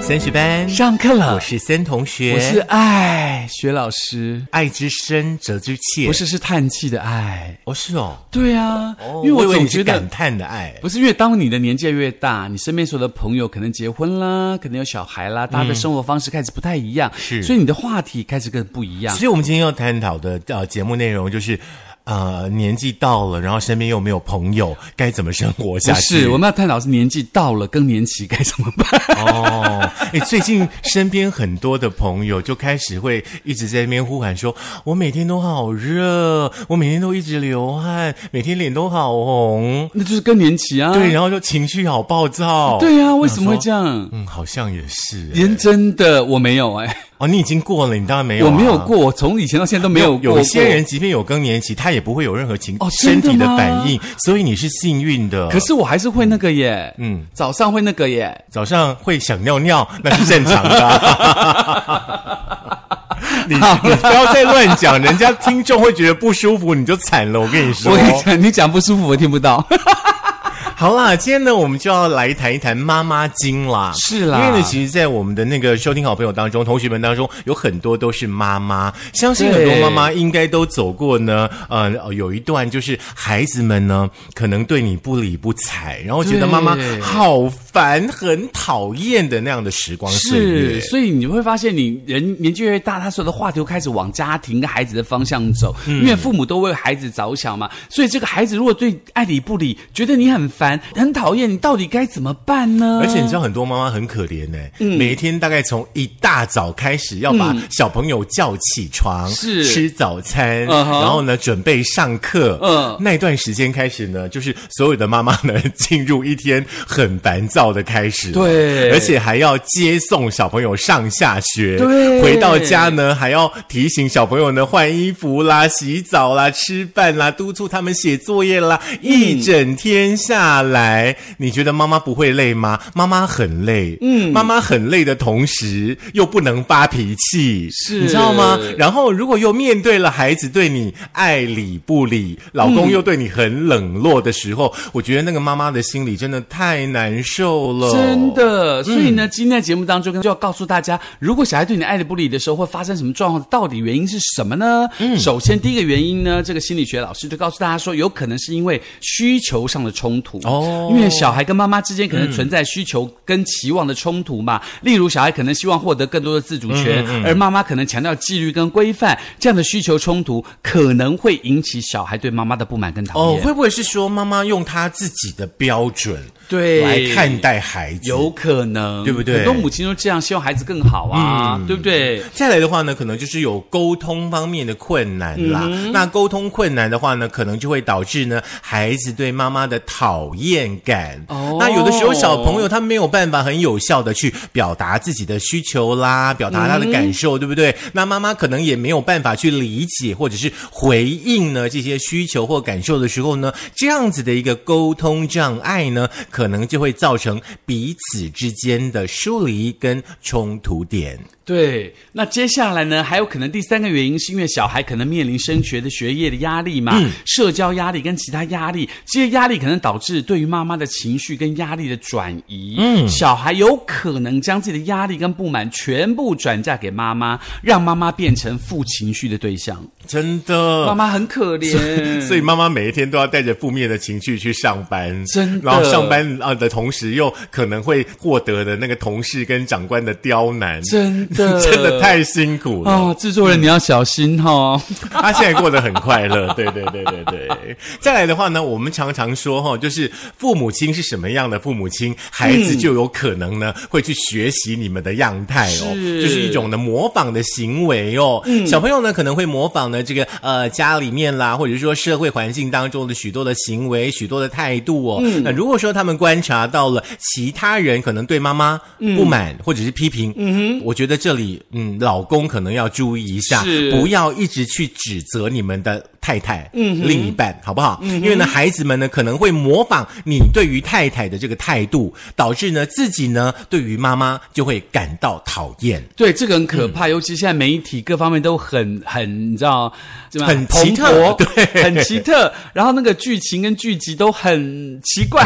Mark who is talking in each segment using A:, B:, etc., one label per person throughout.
A: 三学班
B: 上课了
A: 我是森同学，
B: 啊我是爱学老师，
A: 爱之深，责之切。
B: 不是是叹气的爱。
A: 哦，是哦，
B: 对啊，
A: 哦
B: 因为
A: 我以为
B: 总
A: 你是
B: 觉
A: 感
B: 得。
A: 叹的爱，
B: 不是，因为当你的年纪越大，你身边所有的朋友可能结婚啦，可能有小孩啦，大家的生活方式开始不太一样，
A: 嗯是
B: 所以你的话题开始更不一样。
A: 所以我们今天要探讨的呃节目内容就是。呃，年纪到了，然后身边又没有朋友，该怎么生活下
B: 不
A: 去？
B: 是，我们要探讨是年纪到了更年期该怎么 办。
A: 哦，哎，最近身边很多的朋友就开始会一直在那边呼喊说：“我每天都好热，我每天都一直流汗，每天脸都好红。
B: 那就是更年期啊。
A: 对，哦然后就情绪好暴躁。
B: 对啊，为什么会这
A: 样？
B: 样？
A: 嗯，好像也是哎
B: 人真的我没有哎、
A: 哦，你已经过了，你当然没有、啊
B: 我没有。过，我从以前到现在都没有过
A: 有
B: 过。
A: 一些人即便有更年期，他也不会有任何情、
B: 哦
A: 身体
B: 真的
A: 的
B: 吗
A: 反应，所以你是幸运的。
B: 可是我还是会那个耶，
A: 嗯
B: 嗯，早上会那个耶，
A: 早上会想尿尿，那是正常的 啊。你你不要再乱讲，人家听众会觉得不舒服，你就惨了。我跟你说
B: 我，跟你讲，你讲不舒服，我听不到。
A: 哦 好啦，今天呢，我们就要来谈一谈妈妈经啦。
B: 是啦
A: 因为呢，其实，在我们的那个收听好朋友当中，同学们当中，有很多都是妈妈，相信很多
B: 对
A: 妈妈应该都走过呢。呃，有一段就是孩子们呢，可能对你不理不睬，然后觉得
B: 对
A: 妈妈好烦、很讨厌的那样的时光岁月
B: 是，。所以你会发现，你人年纪越大，他所有的话题都开始往家庭跟孩子的方向走，
A: 嗯
B: 因为父母都为孩子着想嘛。所以这个孩子如果对你爱理不理，觉得你很烦、很讨厌，你到底该怎么办呢？
A: 而且你知道很多妈妈很可怜呢、
B: 嗯
A: 每天大概从一大早开始要把小朋友叫起床，
B: 是
A: 吃早餐，
B: 嗯哼
A: 然后呢准备上课，
B: 嗯
A: 那一段时间开始呢，就是所有的妈妈呢进入一天很烦躁的开始，
B: 对
A: 而且还要接送小朋友上下学，
B: 对
A: 回到家呢还要提醒小朋友呢换衣服啦、洗澡啦、吃饭啦，督促他们写作业啦，
B: 嗯
A: 一整天下来，你觉得妈妈不会累吗？妈妈很累，嗯，妈妈很累的同时又不能发脾气，
B: 是
A: 你知道吗？然后如果又面对了孩子对你爱理不理，老
B: 嗯
A: 公又对你很冷落的时候，我觉得那个妈妈的心里真的太难受了，嗯
B: 真。的，所以呢，今天的节目当中就要告诉大家，如果小孩对你爱理不理的时候，会发生什么状况？到底原因是什么呢？
A: 嗯
B: 首先第一个原因呢，这个心理学老师就告诉大家说，有可能是因为需求上的冲突
A: 哦
B: 因为小孩跟妈妈之间可能存在需求跟期望的冲突嘛。
A: 嗯
B: 例如，小孩可能希望获得更多的自主权，而妈妈可能强调纪律跟规范，这样的需求冲突可能会引起小孩对妈妈的不满跟讨
A: 哦
B: 厌。，
A: 会不会是说妈妈用她自己的标准
B: 对
A: 来看待孩子？
B: 有可能，
A: 对不对嗯
B: 很多母亲都这样，希望孩子更好啊，对不对？
A: 再来的话呢，可能就是有沟通方面的困难啦。那沟通困难的话呢，可能就会导致呢孩子对妈妈的讨厌感。
B: 哦
A: 那有的时候小朋友他没有办法很有效的去表达自己的需求啦，表达他的感受，对不对？那妈妈可能也没有办法去理解或者是回应呢这些需求或感受的时候呢，这样子的一个沟通障碍呢，可能就会造成彼此之间的疏离跟冲突点。
B: 对。那接下来呢，还有可能第三个原因是因为小孩可能面临升学的学业的压力嘛，
A: 嗯
B: 社交压力跟其他压力，这些压力可能导致对于妈妈的情绪跟压力的转移。嗯，小孩有可能将自己的压力跟不满全部转嫁给妈妈，让妈妈变成负情绪的对象。
A: 真的，
B: 妈妈嗯很可怜，
A: 哦所以妈妈每一天都要带着负面的情绪去上班，
B: 真的
A: 然后上班啊的同时，又可能会获得的那个同事跟长官的刁难，
B: 真 的
A: 真的太辛苦了。
B: 哦，制作人你要小心哈、哦。
A: 他现在过得很快乐， 对对对对对。再来的话呢，我们常常说哈、就是父母亲是什么样的父母亲，孩
B: 嗯
A: 子就有可能呢会去学习你们的样态哦，
B: 是
A: 就是一种的模仿的行为哦。小朋友呢可能会模仿呢这个呃家里面啦，或者说社会环境当中的许多的行为、许多的态度哦。那如果说他们观察到了其他人可能对妈妈不满、或者是批评，嗯哼，我觉得这里嗯老公可能要注意一下，
B: 是
A: 不不要一直去指责你们的太太、嗯、另一半，好不好？因为呢，孩子们呢可能会模仿你对于太太的这个态度，导致呢自己呢对于妈妈就会感到讨厌。
B: 对，这个很可
A: 嗯
B: 怕，尤其现在媒体各方面都很很，你知道，怎么样
A: 很奇特
B: 蓬勃
A: 对
B: 很奇特。然后那个剧情跟剧集都很奇怪，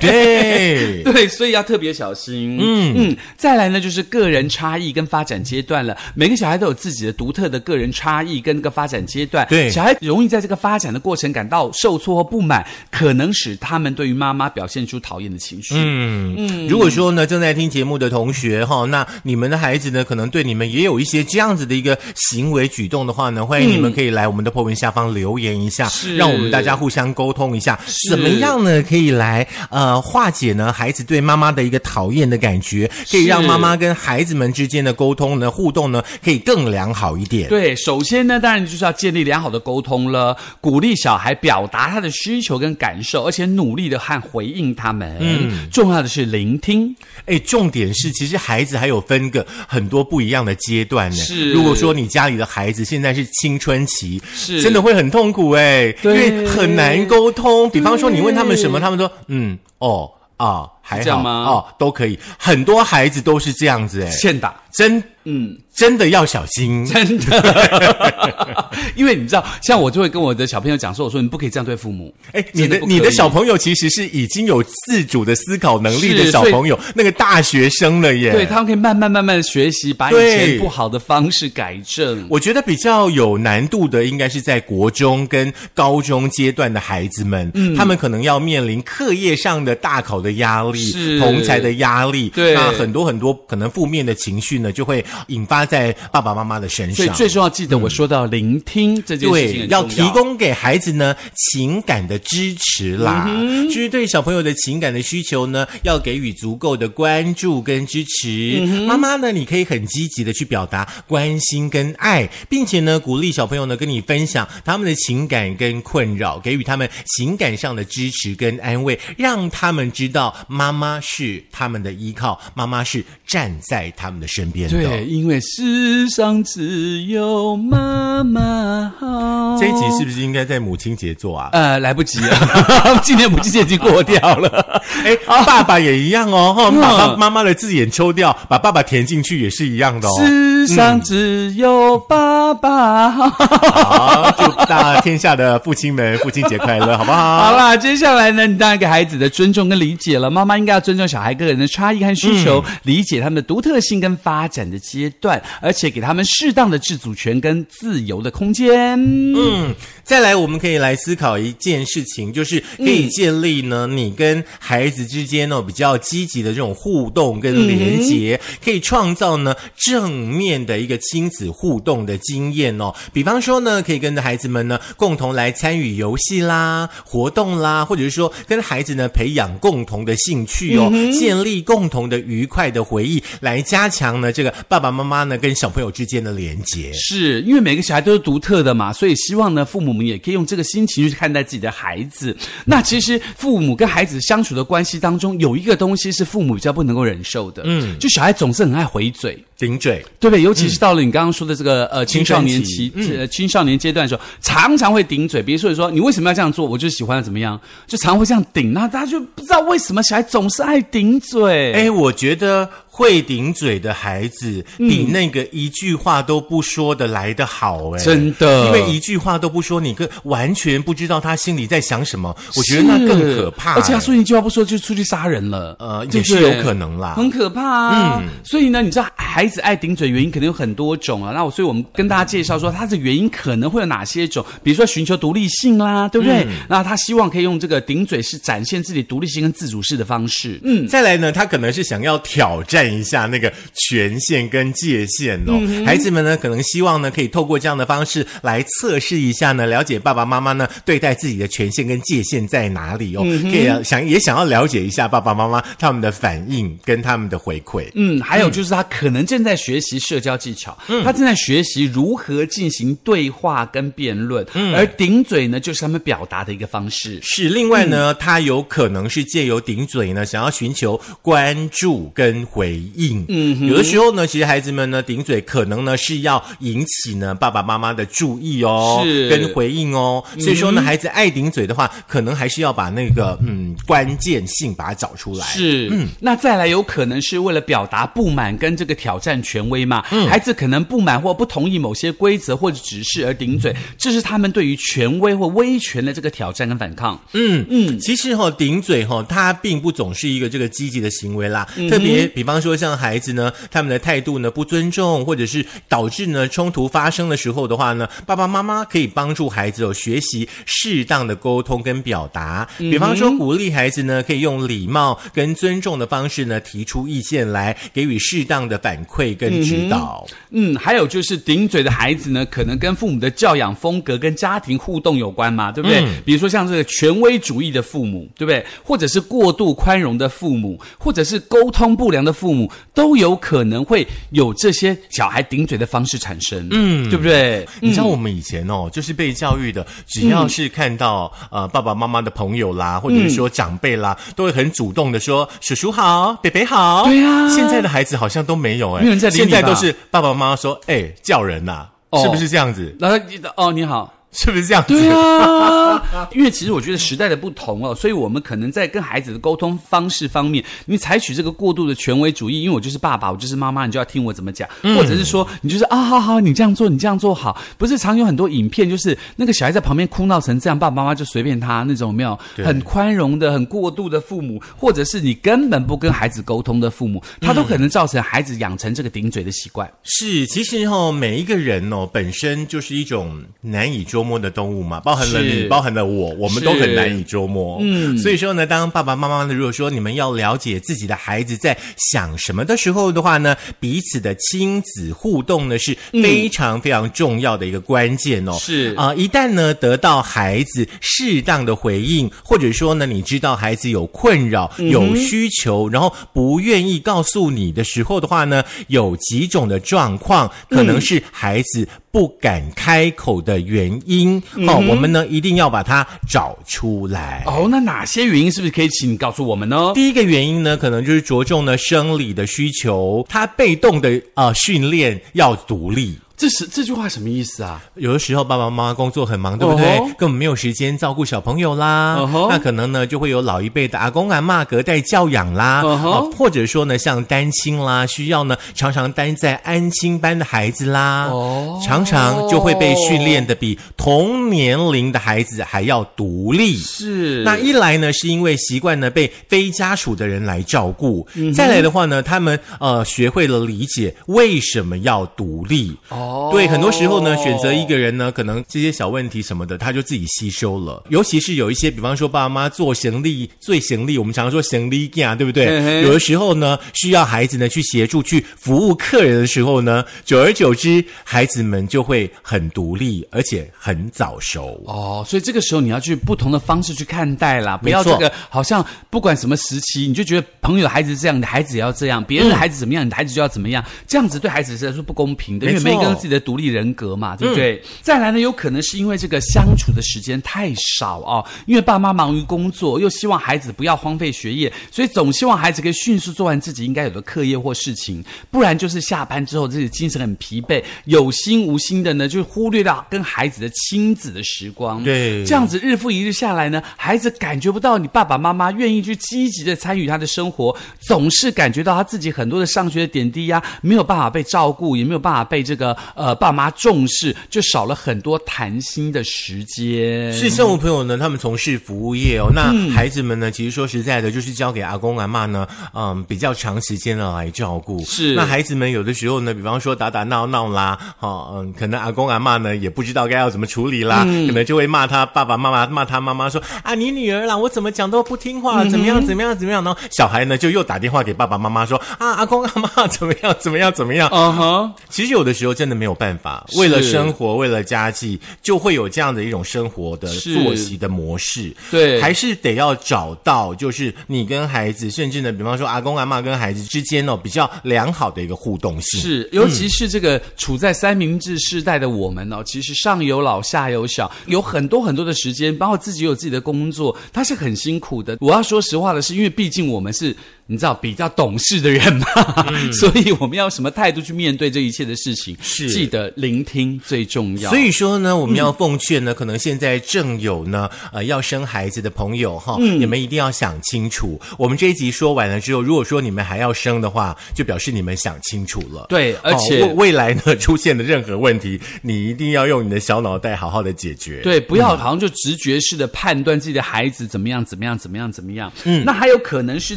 A: 对， 对
B: 对，所以要特别小心。嗯嗯，再来呢，就是个人差异跟发展阶段了。每个小孩都有自己的独特的个人差异跟那个发展阶段。
A: 对
B: 小孩容易在这个发展的过程感到受挫或不满，可能使他们对于妈妈表现出讨厌的情绪。
A: 嗯，如果说呢，正在听节目的同学哈，那你们的孩子呢，可能对你们也有一些这样子的一个行为举动的话呢，欢迎你们可以来我们的破文下方留言一下，
B: 是
A: 让我们大家互相沟通一下，怎么样呢，可以来呃化解呢孩子对妈妈的一个讨厌的感觉，可以让妈妈跟孩子们之间的沟通呢互动呢可以更良好一点。
B: 对，首先呢，当然就是要建立良好的沟通了，鼓励小孩表达他的需求跟感受，而且努力的和回应他们。嗯，重要的是聆听。
A: 哎，重点是，其实孩子还有分个很多不一样的阶段呢。
B: 是
A: 如果说你家里的孩子现在是青春期，
B: 是
A: 真的会很痛苦哎，因
B: 对
A: 为很难沟通。比方说，你问他们什么，他们说嗯，哦啊，还
B: 这
A: 好
B: 样吗
A: 哦，都可以。很多孩子都是这样子哎，
B: 欠打，
A: 真嗯，真的要小心。
B: 真的，因为你知道，像我就会跟我的小朋友讲说，我说你不可以这样对父母，
A: 哎，你
B: 真的
A: 的
B: 不可
A: 你的
B: 以
A: 小朋友其实是已经有自主的思考能力的
B: 是
A: 小
B: 所以
A: 朋友，那个大学生了耶。
B: 对他们可以慢慢慢慢学习，把以
A: 对
B: 前不好的方式改正。
A: 我觉得比较有难度的，应该是在国中跟高中阶段的孩子们，
B: 嗯
A: 他们可能要面临课业上的大考的压力、
B: 是
A: 同才的压力，
B: 对
A: 那很多很多可能负面的情绪呢，就会引发在爸爸妈妈的身
B: 所以
A: 上。
B: 最重要，记得我说到聆听这件事情
A: 对
B: 很，重
A: 要提供给孩子呢情感的支持啦，
B: 嗯
A: 就是对小朋友的情感的需求呢，要给予足够的关注跟支持。
B: 嗯
A: 妈妈呢，你可以很积极的去表达关心跟爱，并且呢，鼓励小朋友呢跟你分享他们的情感跟困扰，给予他们情感上的支持跟安慰，让他们知道妈妈是他们的依靠，妈妈是站在他们的身边的。
B: 对，因为世上只有妈妈好。
A: 这一集是不是应该在母亲节做啊？
B: 呃，来不及了， 今年母亲节已经过 掉了。
A: 哎，爸爸也一样哦，哈，
B: 嗯
A: 把爸妈妈的字眼抽掉，把爸爸填进去也是一样的哦。
B: 世上只有爸爸好。
A: 好，祝大天下的父亲们父亲节快乐，好不好？
B: 好 啦，接下来呢，你当然给孩子的尊重跟理解了。妈妈应该要尊重小孩个人的差异和需求，理解他们的独特性跟发展的阶段，而且给他们适当的自主权跟自由的空间。嗯，
A: 嗯，再来，我们可以来思考一件事情，就是可以建立呢，你跟孩子之间哦呢比较积极的这种互动跟连结，可以创造呢正面的一个亲子互动的经验哦。比方说呢，可以跟着孩子们呢共同来参与游戏啦、活动啦，或者是说跟孩子呢培养共同的兴趣哦，建立共同的愉快的回忆，来加强呢这个爸爸妈妈呢跟小朋友之间的连结。
B: 是因为每个小孩都是独特的嘛，所以希望呢，父母们也可以用这个心情去看待自己的孩子。那其实父母跟孩子相处的关系当中，有一个东西是父母比较不能够忍受的，嗯，就小孩总是很爱回嘴。
A: 顶嘴。
B: 对不对？尤其是到了你刚刚说的这个呃青少年期、
A: 青春
B: 呃青少年阶段的时候，常常会顶嘴。比如说你说你为什么要这样做，我就喜欢怎么样，就常会这样顶。那大家就不知道为什么小孩总是爱顶嘴。
A: 哎，我觉得会顶嘴的孩子
B: 嗯
A: 比那个一句话都不说的来得好哎，
B: 真的
A: 因为一句话都不说，你更完全不知道他心里在想什么，我觉得那更可怕。
B: 而且他
A: 哎
B: 说一句话不说就出去杀人了，
A: 呃
B: 对
A: 也
B: 不
A: 是
B: 对
A: 有可能啦嗯
B: 很可怕啊。所以呢，你知道孩子爱顶嘴原因可能有很多种啊。那我所以我们跟大家介绍说，他的原因可能会有哪些种，比如说寻求独立性啦，对不对？
A: 嗯
B: 那他希望可以用这个顶嘴是展现自己独立性跟自主性的方式。嗯。
A: 再来呢，他可能是想要挑战一下那个权限跟界限哦。
B: 嗯
A: 孩子们呢，可能希望呢，可以透过这样的方式来测试一下呢，了解爸爸妈妈呢对待自己的权限跟界限在哪里哦。
B: 嗯
A: 可以啊想也想要了解一下爸爸妈妈他们的反应跟他们的回馈。
B: 嗯，还有就是他可能正在学习社交技巧，
A: 嗯
B: 他正在学习如何进行对话跟辩论，
A: 嗯
B: 而顶嘴呢，就是他们表达的一个方式。
A: 是，另外呢，他有可能是借由顶嘴呢，想要寻求关注跟回回应。嗯，有的时候呢，其实孩子们呢顶嘴，可能呢是要引起呢爸爸妈妈的注意哦，
B: 是
A: 跟回应哦。所以说呢，孩子爱顶嘴的话，可能还是要把那个嗯关键性把它找出来。
B: 是，嗯那再来有可能是为了表达不满跟这个挑战权威嘛，孩子可能不满或不同意某些规则或者指示而顶嘴，这是他们对于权威或威权的这个挑战跟反抗。
A: 嗯嗯，其实哈、顶嘴哈、它并不总是一个这个积极的行为啦。特别比方说像孩子呢，他们的态度呢不尊重，或者是导致呢冲突发生的时候的话呢，爸爸妈妈可以帮助孩子哦学习适当的沟通跟表达。比方说鼓励孩子呢，可以用礼貌跟尊重的方式呢提出意见来，给予适当的反馈跟指导。
B: 嗯，还有就是顶嘴的孩子呢，可能跟父母的教养风格跟家庭互动有关嘛，对不对？比如说像这个权威主义的父母，对不对？或者是过度宽容的父母，或者是沟通不良的父母，都有可能会有这些小孩顶嘴的方式产生，嗯，对不对？
A: 你知道我们以前哦，就是被教育的，只
B: 嗯
A: 要是看到、呃爸爸妈妈的朋友啦，或者是说长辈啦，都会很主动的说叔叔好，北北好。
B: 对啊
A: 现在的孩子好像都没有哎、
B: 没有人在理你吧
A: 现在都是爸爸妈妈说哎、叫人呐、
B: 哦
A: 是不是这样子？
B: 然后他哦，你好，
A: 是不是这样子？
B: 对啊， 因为其实我觉得时代的不同哦，所以我们可能在跟孩子的沟通方式方面，你采取这个过度的权威主义，因为我就是爸爸，我就是妈妈，你就要听我怎么讲，或者是说你就是啊，好好，你这样做，你这样做好，不是常有很多影片，就是那个小孩在旁边哭闹成这样，爸爸妈妈就随便他那种，有没有
A: 对
B: 很宽容的、很过度的父母，或者是你根本不跟孩子沟通的父母，他都可能造成孩子养成这个顶嘴的习惯。
A: 是，其实哦，每一个人哦，本身就是一种难以捉摸的动物嘛，包含了
B: 是
A: 你，包含了我，我们都
B: 是
A: 很难以捉摸。嗯，所以说呢，当爸爸妈妈呢，如果说你们要了解自己的孩子在想什么的时候的话呢，彼此的亲子互动呢是非常非常重要的一个关键哦。
B: 嗯是
A: 啊、一旦呢得到孩子适当的回应，或者说呢，你知道孩子有困扰、有需求，然后不愿意告诉你的时候的话呢，有几种的状况可能是孩子不敢开口的原因。哦，我们呢一定要把它找出来。
B: 哦，那哪些原因是不是可以请你告诉我们呢？
A: 第一个原因呢，可能就是着重呢生理的需求，他被动的呃训练要独立。
B: 这是这句话什么意思啊？
A: 有的时候爸爸妈妈工作很忙，对不对
B: 哦吼
A: 根本没有时间照顾小朋友啦。
B: 哦吼
A: 那可能呢，就会有老一辈的阿公阿嬷隔代教养啦
B: 哦吼
A: 啊或者说呢，像单亲啦，需要呢常常待在安亲班的孩子啦
B: 哦
A: 常常就会被训练的比同年龄的孩子还要独立。
B: 是
A: 那一来呢，是因为习惯呢被非家属的人来照顾；
B: 嗯
A: 再来的话呢，他们呃学会了理解为什么要独立。
B: 哦
A: 对，很多时候呢，选择一个人呢，可能这些小问题什么的，他就自己吸收了。尤其是有一些，比方说爸妈做行李、做行李，我们常说行李架，对不对？
B: 嗯哼
A: 有的时候呢，需要孩子呢去协助、去服务客人的时候呢，久而久之，孩子们就会很独立，而且很早熟。
B: 哦，所以这个时候你要去不同的方式去看待啦，不
A: 没
B: 要
A: 错
B: 这个好像不管什么时期，你就觉得朋友的孩子这样，你的孩子也要这样，别人的孩子怎么样，你的孩子就要怎么样，这样子对孩子是来说不公平的，因为
A: 没错
B: 每一个人有自己的独立人格嘛，对不对？再来呢，有可能是因为这个相处的时间太少哦，因为爸妈忙于工作，又希望孩子不要荒废学业，所以总希望孩子可以迅速做完自己应该有的课业或事情，不然就是下班之后自己精神很疲惫，有心无心的呢，就忽略到跟孩子的亲子的时光。
A: 对
B: 这样子日复一日下来呢，孩子感觉不到你爸爸妈妈愿意去积极的参与他的生活，总是感觉到他自己很多的上学的点滴呀、没有办法被照顾，也没有办法被这个呃爸妈重视，就少了很多谈心的时间。
A: 是像我朋友呢，他们从事服务业哦，那孩子们呢，其实说实在的，就是交给阿公阿嬷呢，嗯，比较长时间的来照顾。
B: 是
A: 那孩子们有的时候呢，比方说打打闹闹啦，哦，嗯，可能阿公阿嬷呢也不知道该要怎么处理啦，可能就会骂他爸爸妈妈，骂他妈妈说啊，你女儿啦，我怎么讲都不听话，怎么样怎么样怎么样，然后小孩呢就又打电话给爸爸妈妈说啊，阿公阿嬷怎么样怎么样怎么样，
B: 嗯哼，
A: 其实有的时候真的没有办法，
B: 是
A: 为了生活，为了家计，就会有这样的一种生活的
B: 是
A: 作息的模式。
B: 对
A: 还是得要找到，就是你跟孩子，甚至呢，比方说阿公阿嬷跟孩子之间哦，比较良好的一个互动性。
B: 是，尤其是这个处在三明治世代的我们哦，
A: 嗯
B: 其实上有老下有小，有很多很多的时间，包括自己有自己的工作，他是很辛苦的。我要说实话的是，因为毕竟我们是你知道比较懂事的人嘛， 所以我们要什么态度去面对这一切的事情？
A: 嗯是
B: 记得聆听最重要。
A: 所以说呢，我们要奉劝呢，可能现在正有呢，呃，要生孩子的朋友哈，
B: 嗯
A: 你们一定要想清楚。我们这一集说完了之后，如果说你们还要生的话，就表示你们想清楚了。
B: 对
A: 哦
B: 而且
A: 未未来呢出现的任何问题， 你一定要用你的小脑袋好好的解决。，
B: 对，不
A: 嗯
B: 要好像就直觉式的判断自己的孩子怎么样，怎么样，怎么样，怎么样。嗯，那还有可能是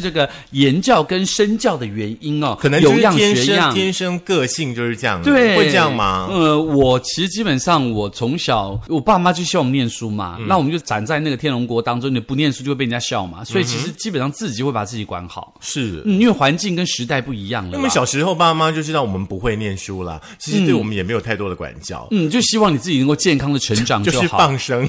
B: 这个言教跟身教的原因哦，
A: 可能就
B: 有
A: 是
B: 样
A: 天
B: 学
A: 生
B: 样。
A: 天生个性就是这样，
B: 对，
A: 会这样吗？
B: 呃，我其实基本上我从小，我爸妈就希望我们念书嘛，
A: 嗯
B: 那我们就长在那个天龙国当中，你不念书就会被人家笑嘛，所以其实基本上自己会把自己管好，
A: 是。
B: 嗯因为环境跟时代不一样了啦。
A: 那 么小时候，爸妈就知道我们不会念书啦，其实对我们也没有太多的管教，
B: 嗯，就希望你自己能够健康的成长
A: 就是
B: 好，
A: 放生，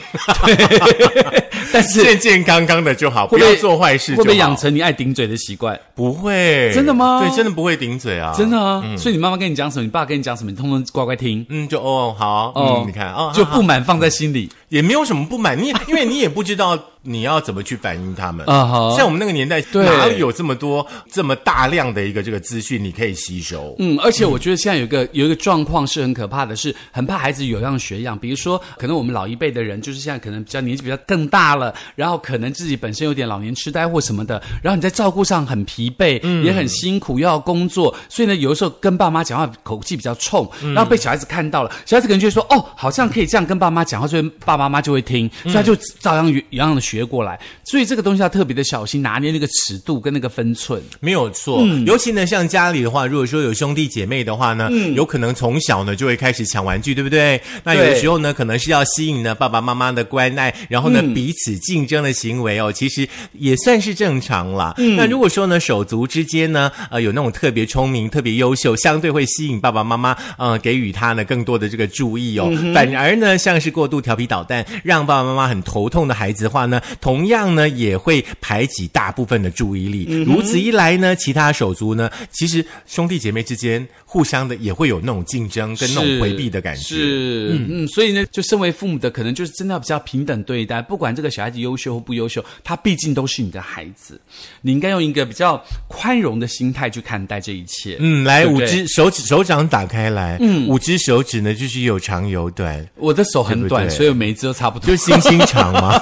B: 但 是
A: 健健康康的就好，不
B: 会
A: 要
B: 会
A: 做坏事
B: 会
A: 就
B: 不会养
A: 好。啊
B: 成你爱顶嘴的习惯？
A: 不会，
B: 真的吗
A: 对，真的不会顶嘴啊，
B: 真的。啊，所以你妈妈跟你讲什么，你爸跟你讲什么，你通通乖乖听。
A: 嗯，就哦好，
B: 哦
A: 嗯，你看哦，
B: 就
A: 好好
B: 不满放在心里。
A: 也没有什么不满，你因为你也不知道你要怎么去反映 他们
B: 啊哈
A: 像我们那个年代，
B: 对
A: 哪有这么多这么大量的一个这个资讯你可以吸收？
B: 嗯，而且我觉得现在有一个有一个状况是很可怕的是，很怕孩子有样学样。比如说，可能我们老一辈的人，就是现在可能比较年纪比较更大了，然后可能自己本身有点老年痴呆或什么的，然后你在照顾上很疲惫，也很辛苦，又要工作，所以呢，有的时候跟爸妈讲话口气比较冲，然后被小孩子看到了，小孩子可能就会说：“哦，好像可以这样跟爸妈讲话，所以爸爸妈妈就会听，所以他就照样一样的学过来。”所以这个东西要特别的小心拿捏那个尺度跟那个分寸。
A: 没有错，
B: 嗯
A: 尤其呢，像家里的话，如果说有兄弟姐妹的话呢，
B: 嗯
A: 有可能从小呢就会开始抢玩具，对不对？那有的
B: 对
A: 时候呢，可能是要吸引呢爸爸妈妈的关爱，然后呢、彼此竞争的行为哦，其实也算是正常啦。那如果说呢手足之间呢，呃，有那种特别聪明、特别优秀，相对会吸引爸爸妈妈，呃，给予他呢更多的这个注意哦。反而呢，像是过度调皮捣蛋，让爸爸妈妈很头痛的孩子的话呢，同样呢也会排挤大部分的注意力。如此一来呢，其他手足呢，其实兄弟姐妹之间互相的也会有那种竞争跟那种
B: 是
A: 回避的感觉。
B: 是，嗯所以呢，就身为父母的，可能就是真的要比较平等对待，不管这个小孩子优秀或不优秀，他毕竟都是你的孩子，你应该用一个比较宽容的心态去看待这一切。
A: 嗯，来
B: 对不
A: 五
B: 对
A: 只手指手掌打开来，嗯，五只手指呢就是有长有短，
B: 我的手很短，
A: 对不对
B: 所以我每一只都差不多
A: 就。星星长 吗？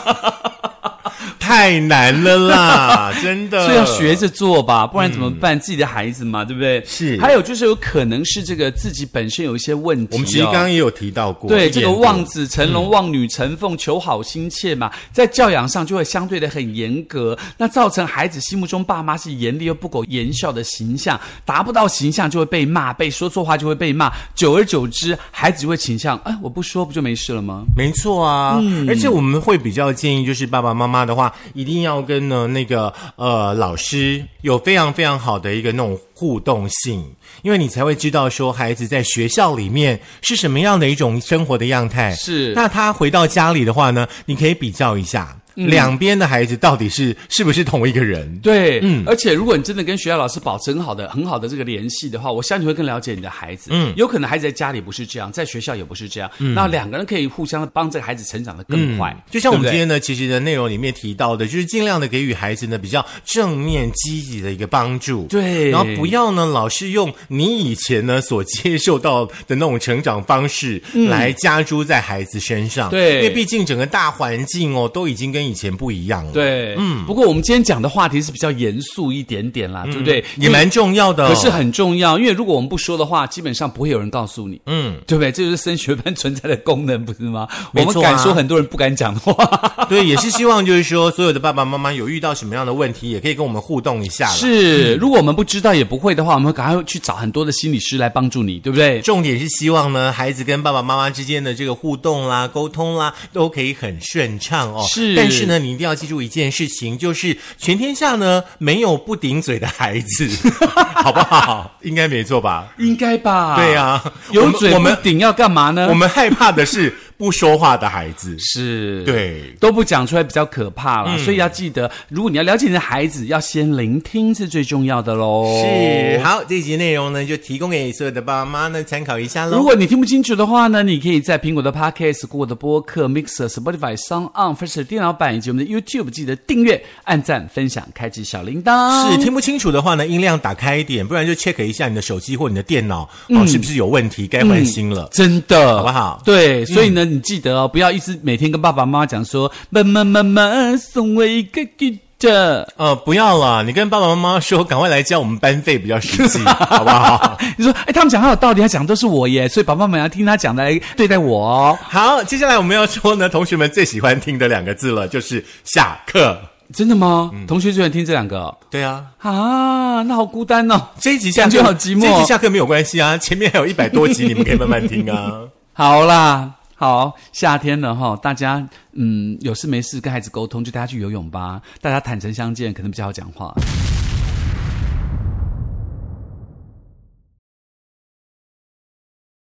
A: 太难了啦，真的。
B: 所以要学着做吧，不然怎么办？自己的孩子嘛，对不对？
A: 嗯是
B: 还有就是有可能是这个自己本身有一些问题、
A: 我
B: 哦。
A: 们其实刚刚也有提到过，
B: 对这个
A: 严格
B: 望子成龙、望女成凤、求好心切嘛，在教养上就会相对的很严格，那造成孩子心目中爸妈是严厉又不苟言笑的形象，达不到形象就会被骂，被说错话就会被骂，久而久之，孩子就会倾向，哎，我不说不就没事了吗？
A: 没错啊，
B: 嗯
A: 而且我们会比较建议，就是爸爸妈妈的话，一定要跟呢那个呃老师有非常非常好的一个那种互动性，因为你才会知道说孩子在学校里面是什么样的一种生活的样态。
B: 是
A: 那他回到家里的话呢，你可以比较一下、
B: 嗯
A: 两边的孩子到底是是不是同一个人。
B: 对，嗯，而且如果你真的跟学校老师保持很好的、很好的这个联系的话，我相信会更了解你的孩子。嗯，有可能孩子在家里不是这样，在学校也不是这样，那两个人可以互相地帮这个孩子成长的更快、
A: 嗯就像我们
B: 对不对
A: 今天呢，其实的内容里面提到的，就是尽量的给予孩子呢比较正面积极的一个帮助，
B: 对
A: 然后不要呢老是用你以前呢所接受到的那种成长方式来加诸在孩子身上，
B: 嗯对
A: 因为毕竟整个大环境哦都已经跟以前不一样了，，
B: 对，嗯。不过我们今天讲的话题是比较严肃一点点啦，对不对？
A: 嗯也蛮重要的、哦，
B: 可是很重要，因为如果我们不说的话，基本上不会有人告诉你，
A: 嗯，
B: 对不对？这就是升学班存在的功能，不是吗？
A: 没
B: 我
A: 错啊
B: 们敢说很多人不敢讲的 话。
A: 对，也是希望就是说，所有的爸爸妈妈有遇到什么样的问题，也可以跟我们互动一下啦。
B: 是，如果我们不知道也不会的话，我们赶快去找很多的心理师来帮助你，对不对？
A: 重点是希望呢，孩子跟爸爸妈妈之间的这个互动啦、沟通啦，都可以很顺畅哦。
B: 是
A: 但是呢，你一定要记住一件事情，就是全天下呢没有不顶嘴的孩子， 好不好？应该没错吧？
B: 应该吧？
A: 对啊
B: 有嘴
A: 我
B: 不
A: 们
B: 顶要干嘛呢？
A: 我们害怕的是不说话的孩子。
B: 是，
A: 对嗯
B: 都不讲出来比较可怕啦。所以要记得，如果你要了解你的孩子，要先聆听是最重要的喽。
A: 是，好，这集内容呢就提供给所有的爸爸妈妈呢参考一下
B: 如
A: 喽。
B: 果你听不清楚的话呢，你可以在苹果的 Podcast、Google 的播客、Mixer、Spotify、Sound On、First 电脑版以及我们的 YouTube 记得订阅、按赞、分享、开启小铃铛。
A: 是听不清楚的话呢，音量打开一点，不然就 check 一下你的手机或你的电脑哦，
B: 嗯
A: 是不是有问题，该换新了。
B: 真的，
A: 好不好
B: 对，所以呢，你记得哦，不要一直每天跟爸爸妈妈讲说，妈妈妈妈送我一个 guitar。
A: 呃，不要了，你跟爸爸妈妈说，赶快来交我们班费比较实 际，好不好？
B: 你说，哎，他们讲很有道理，他讲的都是我耶，所以爸爸妈妈要听他讲的来对待我哦。
A: 好，接下来我们要说呢，同学们最喜欢听的两个字了，就是下课。
B: 真的吗？同学喜欢听这两个哦
A: 对啊，
B: 啊，那好孤单哦。
A: 这一集下课
B: 感觉好寂寞
A: 这一集下课没有关系啊，前面还有一百多集，你们可以慢慢听啊。
B: 好啦，好，夏天了哈，大家嗯有事没事跟孩子沟通，就带他去游泳吧，大家坦诚相见，可能比较好讲话。